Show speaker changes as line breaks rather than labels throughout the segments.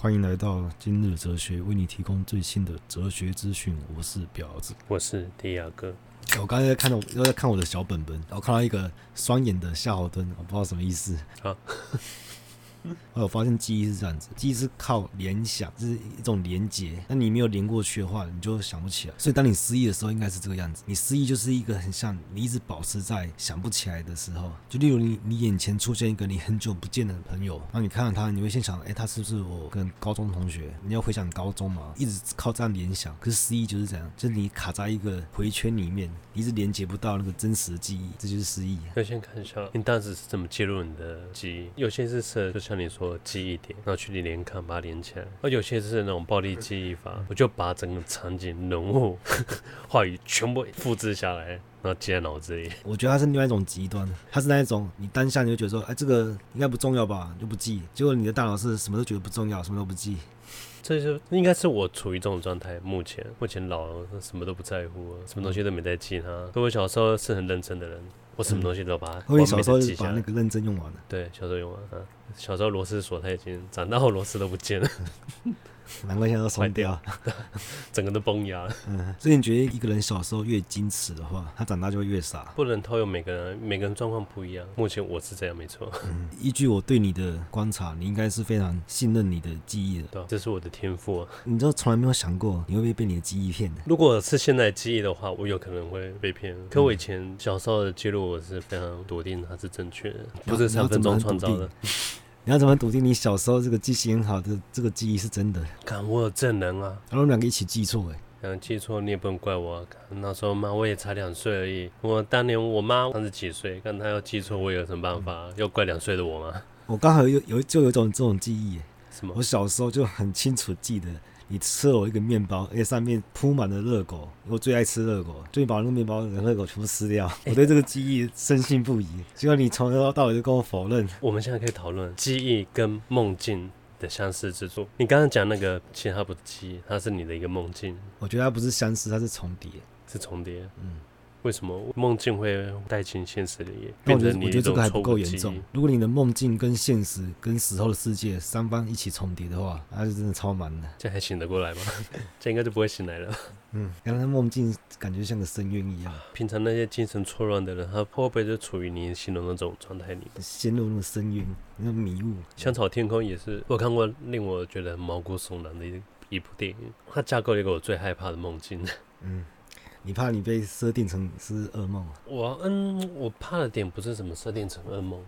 欢迎来到今日哲学，为你提供最新的哲学资讯。我是婊子。
我是迪亚哥。
哎我刚才在看到，又在看我的小本本，然后看到一个双眼的夏侯惇，我不知道什么意思。
啊
哎，我发现记忆是这样子，记忆是靠联想，就是一种连结。那你没有连过去的话，你就想不起来。所以当你失忆的时候，应该是这个样子。你失忆就是一个很像你一直保持在想不起来的时候。就例如你，你眼前出现一个你很久不见的朋友，然后你看到他，你会先想，哎，他是不是我跟高中同学？你要回想高中嘛，一直靠这样联想。可是失忆就是这样，就是你卡在一个回圈里面，你一直连接不到那个真实的记忆，这就是失忆。啊
要先看一下你当时是怎么记录你的记忆，有些是设就像你说记忆点，然后去连看把它连起来，而有些是那种暴力记忆法，我就把整个场景、人物、 话语全部复制下来，然后记在脑子里。
我觉得它是另外一种极端，它是那一种你当下你就觉得说，哎，这个应该不重要吧，就不记。结果你的大脑是什么都觉得不重要，什么都不 记。
这就应该是我处于这种状态。目前，目前老了，什么都不在乎了，什么东西都没在记它。所以我小时候是很认真的人，我什么东西都把它
因为
完
嗯小
美
时候
的
就
记
把
下
那
来。
个认真用完了。
对，小时候用完啊，小时候螺丝锁它已经长大后螺丝都不见了，
难怪现在都松掉。
整个都崩牙了。
嗯，所以你觉得一个人小时候越矜持的话，他长大就会越傻。
不能套用每个人，每个人状况不一样。目前我是这样，没错，
嗯依据我对你的观察，你应该是非常信任你的记忆的。
对吧、这是我的天赋、啊。
你都从来没有想过你会不会被你的记忆骗的。
如果是现在记忆的话，我有可能会被骗。可我以前小时候的记录，我是非常笃定它是正确的，不是三分钟创造的。
你要怎么笃定你小时候这个记性很好的这个记忆是真的？
看我有证人啊，
然后我们两个一起记错、欸，
嗯，记错你也不能怪我、啊。干那时候妈我也才两岁而已，我当年我妈三十几岁，看她要记错我有什么办法啊？要怪两岁的我吗？
我刚好有有就有一种这种记忆、欸
什么
我？小时候就很清楚记得，你吃了我一个面包，而且上面铺满了热狗，我最爱吃热狗，所以把那个面包的热狗全部吃掉。
哎
我对这个记忆深信不疑，结果你从头到尾就跟我否认。
我们现在可以讨论记忆跟梦境的相似之处。你刚刚讲那个，其实它不是记忆，它是你的一个梦境，
我觉得它不是相似，它是重叠。
是重叠。
嗯，
为什么梦境会带进现实里，
那
变
我觉
成
得
你
我
一
觉得这
种
个还
错
不
误
够
的
严
记
重
忆？。
如果你的梦境跟现实跟死后的世界三方一起重叠的话，那就真的超难的。
这还醒得过来吗？ 这应该就不会醒来了。
嗯，刚才梦境感觉像个深渊一样，
平常那些精神错乱的人，他会不会就处于你形容的那种状态里？
陷入那个深渊，那个迷雾。
香草天空也是我看过令我觉得毛骨悚然的一一部电影，它架构了一个我最害怕的梦境。
嗯，你怕你被设定成是噩梦啊？
我嗯，我怕的点不是什么设定成噩梦，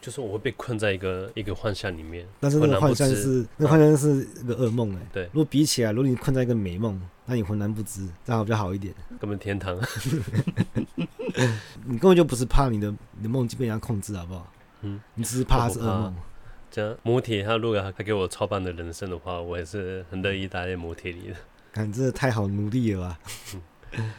就是我会被困在一个一个幻象里面。
但是那
浑
个
然
幻
不
象
知嗯
是，那个幻象是一个噩梦哎、
对
如果比起来，如果你困在一个美梦，那你浑然不知，这样好比较好一点。
根本天堂。
你根本就不是怕你的你的梦境被人家控制，好不好？
嗯，
你只是怕它
我
是
不
噩
怕
梦。
这样母体他如果他给我超棒的人生的话，我也是很乐意待在母体里的。
看，真的太好奴隶了吧？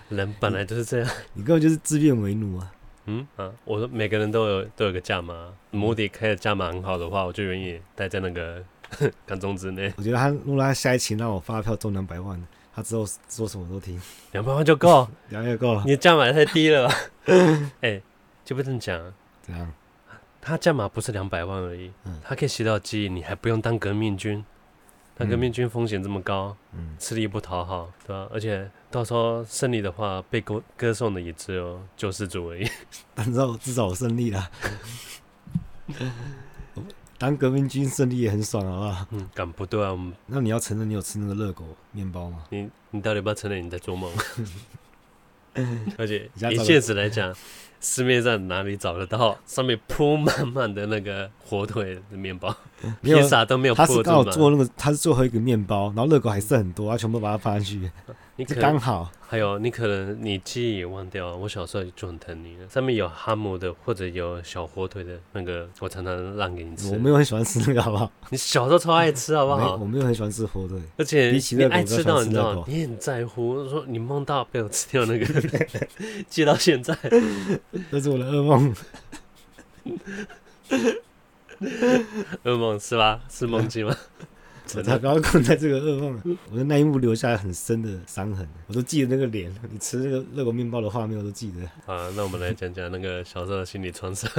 人本来就是这样。
你根本就是自愿为奴啊！
嗯啊，我说每个人都有都有个价码，母体开的价码很好的话，我就愿意待在那个 缸中之内，
我觉得他如果他下一期让我发票中两百万，他之后说什么我都听，
两百万就够。
两也够了。
你的价码太低了吧？ 哎、就不能讲。啊
怎样？
他价码不是两百万而已
嗯，
他可以洗到记忆，你还不用当革命军。那革命军风险这么高，
嗯，
吃力不讨好，对吧、而且到时候胜利的话，被歌歌颂的也只有救世主 而已。
但至少至少我胜利了。 当革命军胜利也很爽，好不好？
嗯，敢不对啊？我们
那你要承认你有吃那个热狗面包吗？
你你到底要不要承认你在做梦？ 而且
你家
以
找的
现实来讲，市面上哪里找得到上面铺满满的那个火腿的面包？
没有啊
披萨都没有
他
铺
是
这
刚好
么满，
做那个，他是最后一个面包，然后热狗还剩很多，他啊全部把它放上 去，
你
这
可
刚好。
还有，你可能你记忆也忘掉了。我小时候就很疼你了，上面有哈姆的或者有小火腿的那个，我常常让给你吃。
我没有很喜欢吃那个，好不好？
你小时候超爱吃，好不
我没我
好？
没有很喜欢吃火腿，
而且
比起
你
热狗
爱
我比较
吃
喜欢
到，
吃
你知
热
道
狗，
你很在乎。说你梦到被我吃掉那个， 记到现在。
这是我的噩 梦。
噩梦是吧？是梦 境吗？
我
真
才
的
不要困在这个噩梦了。我的那一幕留下来很深的伤痕，我都记得那个脸。你吃那个热狗面包的画面，我都记得。
啊，那我们来讲讲那个小时候的心理创伤。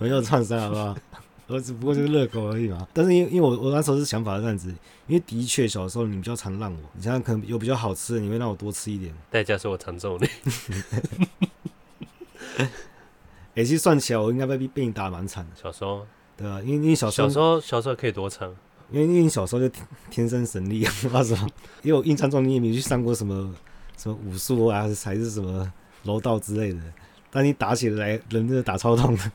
没有创伤，好不好？ 我只不过就是热狗而已嘛。但是因为因为我我那时候是想法这样子，因为的确小时候你比较常让我，你现在可能有比较好吃的，你会让我多吃一点。
代价是我常揍你。
哎、其实算起来我应该被被你打得蛮惨的，
小时候，
对啊，因为因为小时
小
候
时候，小时候可以多长？
因为因为你小时候就天天生神力啊，不知道什么。因为我印象中你也没去上过什么什么武术啊，还是什么柔道之类的，但你打起来人真的打超痛的。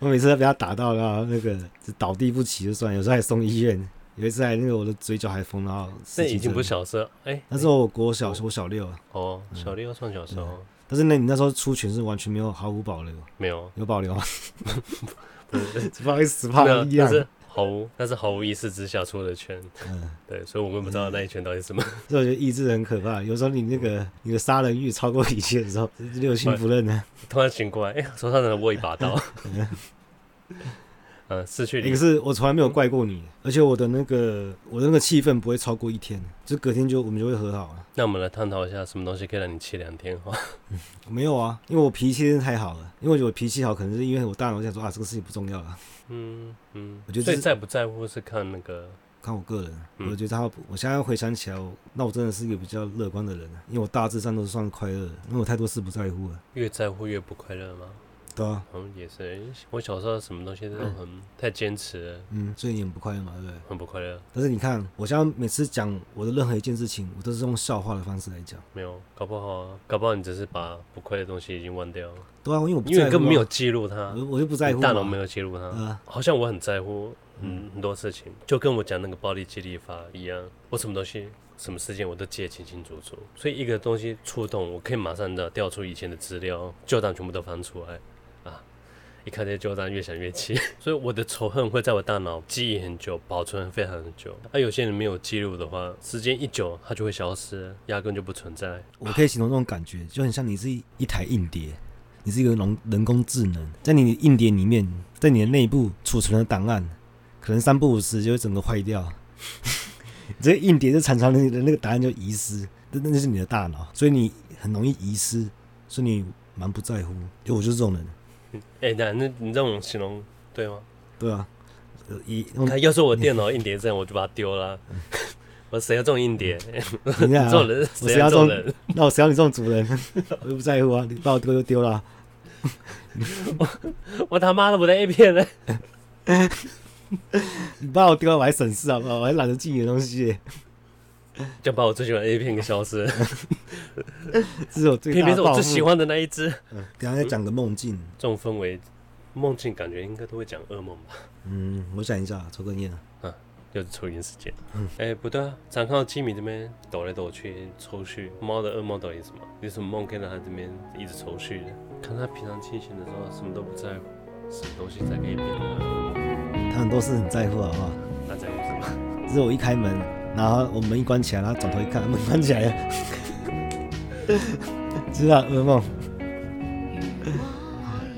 我每次都被他打到，然后那个就倒地不起就算，有时候还送医院。有一次还那个我的嘴角还缝到，
那已经不是，小时候，哎、
那时候嗯我国小，我小六啊，
哦，小六算小时候，
但是那你那时候出拳是完全没有毫无保留，
没有，
有保留吗？
不是
不好意思，怕
没有，
一
但
样。
是毫无，但是毫无意识之下出了圈，
嗯
对，所以我们不知道那一圈到底是什么。
所以我觉得意志很可怕。有时候你那个你的杀人欲超过一切的时候，六亲不认啊呢。
突然醒过来，哎、手上怎么握一把刀？ 嗯，失去
一
理
个哎是我从来没有怪过你，而且我的那个我的那个气氛不会超过一天，就隔天就我们就会和好了。
那我们来探讨一下，什么东西可以让你气两天哈？
没有啊，因为我脾气真的太好了。因为我觉得我脾气好，可能是因为我大脑想说啊，这个事情不重要了，
嗯嗯，
我觉得
所以
这是
在不在乎是看那个，
看我个人。
嗯
我觉得他，我现在回想起来，我那我真的是一个比较乐观的人，啊因为我大致上都是算快乐的，因为我太多事不在乎了。
越在乎越不快乐吗？
对啊，
嗯，也是。我小时候什么东西都很、太坚持了，
嗯，所以你很不快乐嘛，对不对？
很不快乐。
但是你看，我现在每次讲我的任何一件事情，我都是用笑话的方式来讲。
没有，搞不好啊，搞不好你只是把不快乐的东西已经忘掉了，
对啊，因为我不
因
在
为你
乎
根本没有
啊，
记录它，
我我就不在乎啊
你
嘛。
大脑没有记录它。
呃，
好像我很在乎，嗯，很多事情，就跟我讲那个暴力激励法一样，我什么东西、什么事件我都记得清清楚楚，所以一个东西触动，我可以马上的调出以前的资料，旧账全部都翻出来，啊，一看这些旧账越想越气，所以我的仇恨会在我大脑记忆很久，保存非常久。而、有些人没有记录的话，时间一久它就会消失，压根就不存在。
我可以形容这种感觉，就很像你是一一台硬碟，你是一个人人工智能，在你的硬碟里面，在你的内部储存了档案，可能三不五时就会整个坏掉。 你这硬碟就常常你的那个答案就遗失，那那就是你的大脑，所以你很容易遗失，所以你蛮不在乎。就我就是这种人，
哎、那那你这种形容对吗？
对啊，呃一
你
用
看，要是我电脑硬碟这样，我就把它丢了。 我谁要这种硬碟？
你看啊
这种人
我
谁
谁要
这种
中
人？
那我谁要你这种主人？ 我又不在乎啊，你把我丢就丢了啊。
我他妈的我的 A 片呢？
你把我丢了，我还省事好不好？我还懒得记你的东西耶，
就把我最喜欢的 A 片给 消失了，
这是我最
偏
大
偏
的
是我
报
最
复。
喜欢的那一只。
嗯，刚才讲个梦境，
这种氛围，梦境感觉应该都会讲噩梦吧？
嗯，我想一下，抽根烟啊。
又是抽烟时间。
嗯
哎，不对啊，常看到吉米这边抖来抖去抽搐，猫的噩梦到底是什么？有什么梦可以让它这边一直抽搐的？看它平常清醒的时候什么都不在乎，什么东西才可以变成噩梦？
他很多事很在乎，啊好不好？
那在乎什 么？
只是我一开门，然后我门一关起来，他转头一看，门关起来了， 知道噩梦。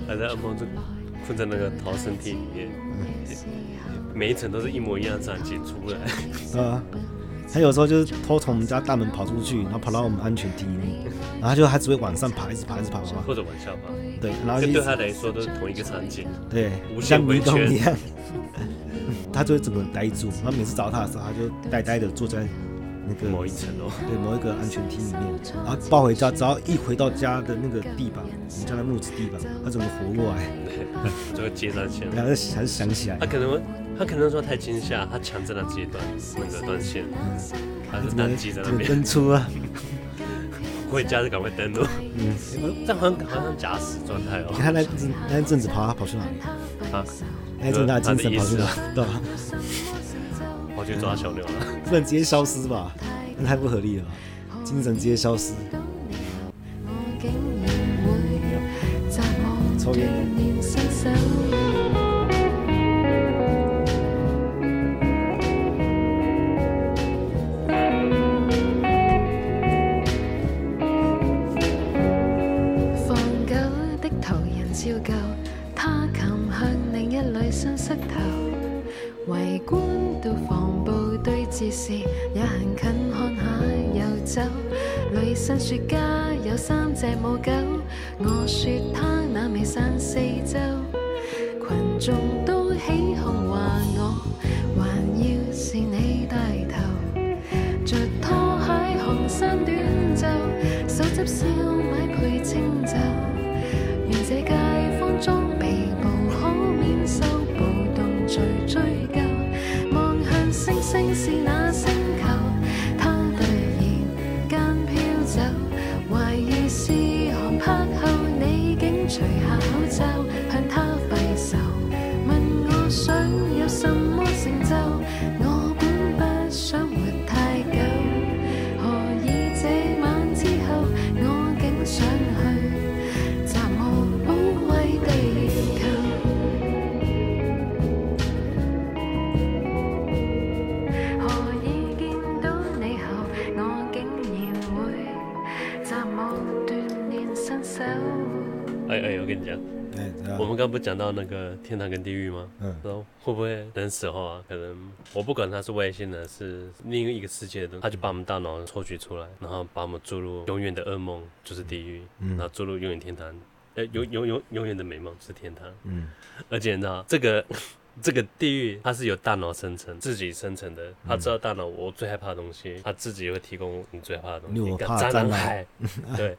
他在噩梦中困在那个逃生梯里面，每一层都是一模一样的场景出不来。
对啊，他有时候就是偷从我们家大门跑出去，然后跑到我们安全梯里面，然后他就他只会往上爬，一直爬，一直爬，爬，爬
或者玩笑吧，
对，然后
这
就一
对
直
他来说都是同一个场景。
对
无，限
像迷
回
宫
圈
一样。 他就会整个呆住，然后每次找他的时候，他就呆呆的坐在那个
某一层哦，
对某一个安全梯里面，然后抱回家，只要一回到家的那个地板，我们家的木质地板，他整个活过来，
就会接上线。
然后才想起来哎
他，可能会他可能说太惊吓，他强制让自己断那个断线，他就
怎
宕
么
机在
怎
那
么
边，
登出啊？
回家就赶快登录。
嗯，
这好像好像假死状态
你
哦，
看那那一阵子跑，他跑去哪里？
啊，
那一阵子他的精神跑去哪
他的
里？对吧？
跑去抓小牛了。
不能直接消失吧？那太不合理了吧，精神直接消失。
抽烟。放狗的途人照舊，他擒向另一女新膝頭。圍觀到防暴對峙時，也行近看下又走。女生說家有三隻母狗，我說他那未散四周。眾都起哄話我，還要是你帶頭，着拖鞋行山短袖，手執燒賣配清酒，願這街坊裝備部好免受暴動罪追究。望向星星是那星球，它突然間飄走，懷疑是航拍後，你竟除下口罩向他揮手，問我想有什麼成就，我本不想活太久，何以這晚之後，我竟想去摘我保衞地球。何以見到你後，我竟然會習武鍛鍊新手？
哎哎，我跟你讲，
哎，对啊
我们刚不讲到那个天堂跟地狱吗？
嗯，
然后会不会人死后啊？可能我不管他是外星人，是另一个世界的东西，他就把我们大脑抽取出来，然后把我们注入永远的噩梦，就是地狱，
嗯
然后注入永远天堂，呃，永永永永远的美梦是天堂。
嗯，
而且你知道这个 这个地狱，它是由大脑生成、自己生成的。他知道大脑我最害怕的东西，他自己会提供你最害怕的东西。
例如
你看
怕
蟑
蟑
螂
螂
海，对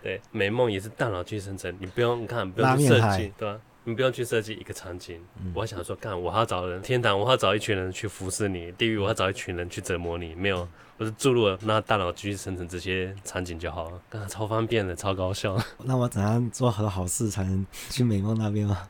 对，美梦也是大脑去生成，你不用你看，不
拉
用去
面
设
海
计，对吧、啊你不用去设计一个场景，
嗯
我还想说，干，我还要找人，天堂我还要找一群人去服侍你，地狱我还要找一群人去折磨你，没有，我是注入了那大脑继续生成这些场景就好了，干超方便的，超高效。
那我怎样做好好事才能去美梦那边吗？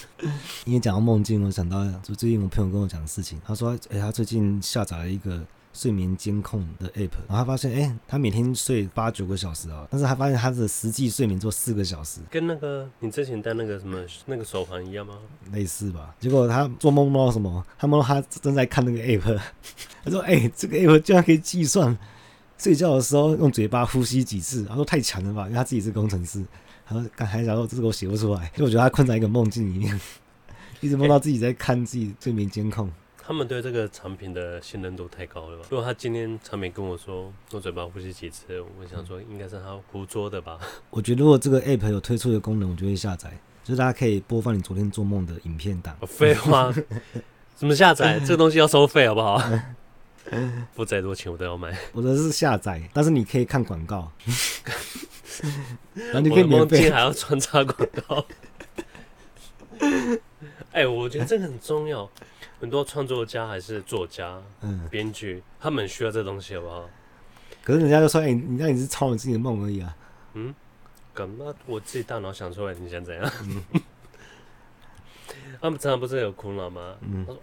因为讲到梦境，我想到就最近我朋友跟我讲的事情，他说，哎、他最近下载了一个睡眠监控的 app，然后他发现，哎、他每天睡八九个小时啊，但是他发现他的实际睡眠做四个小时，
跟那个你之前戴那个什么那个手环一样吗？
类似吧。结果他做梦梦到什么？他梦到他正在看那个 app，他说：“哎、这个 app 居然可以计算睡觉的时候用嘴巴呼吸几次。”他说：“太强了吧！”因为他自己是工程师，他说：“刚才然后这个我写不出来，因为我觉得他困在一个梦境里面， 一直梦到自己在看自己睡眠监控。
他们对这个产品的信任度太高了吧？如果他今天产品跟我说用嘴巴呼吸几次，我想说应该是他胡作 的吧？，
我觉得如果这个 app 有推出的功能，我就会下载。就是大家可以播放你昨天做梦的影片档
废话，怎么下载？这个东西要收费好不好？ 付再多钱我都要买。
我的是下载，但是你可以看广 告，然后你
我
可以
的
免
梦
费
境还要穿插广告。 哎、我觉得这个很重要。很多创作家还是作家、
嗯。
编剧，他们需要这东西好不好？
可是人家就说：“哎、你那你是抄你自己的梦而已啊。
干嘛？我自己大脑想出来，你想怎样？ 他们常常不是有苦恼吗？
嗯
他说、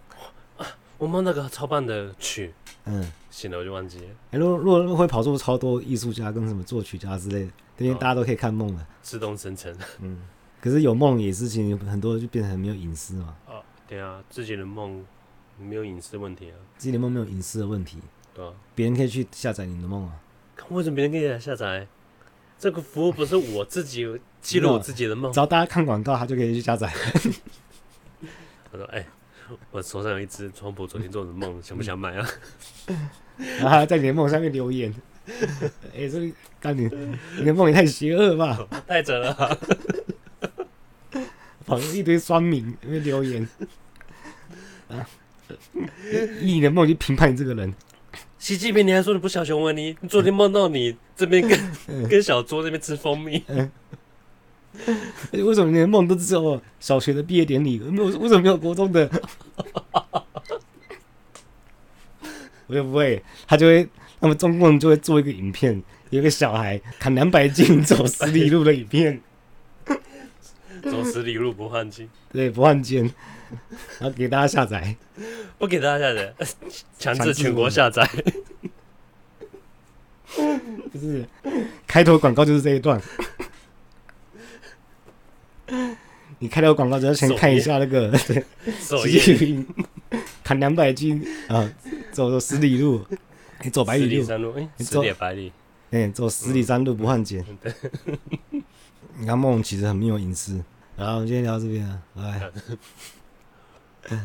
啊我梦那个超棒的曲，”
嗯，
醒了我就忘记了。
哎、如果如果会跑出超多艺术家跟什么作曲家之类的，因为
哦
大家都可以看梦了。
自动生成。
嗯，可是有梦也是情，很多就变成没有隐私嘛，
啊，对啊，自己的梦没有隐私问题啊，
自己的梦没有隐私的问题，
对啊。
别人可以去下载你的梦啊。
看为什么别人可以来下载？这个服务不是我自己记录我自己的梦
只。要大家看广告，他就可以去下载。
他说：“哎、我手上有一只川普昨天做的梦， 想不想买啊？
然后他在你的梦下面留言。 哎、这个干你，你的梦也太邪恶了吧！
太扯了啊、
跑一堆酸民在那边留言， 啊， 以你的梦去评判你这个人，
习近平，你还说你不小熊维尼？你昨天梦到你这边跟跟小猪那边吃蜂蜜，
而且 为什么你的梦都只有小学的毕业典礼，没有为什么没有国中的？ 我也不会，他就会，他们中共就会做一个影片，有一个小孩砍两百斤走十里路的影片，
走十里路不换气，
对，不换肩，然后给大家下载。
不给大家下载，强
强制
制全国 下载。
就是开头广告就是这一段。 你开头广告就要先看一下那个 对
首
习近
页
平 砍两百斤啊，走走十里路，你走百
十
里
里
路，
山路，哎、
你
十
走
里百里，
哎、走十里山路不换肩。
嗯
你看啊梦其实很没有隐私。然后今天聊到这边了，拜拜。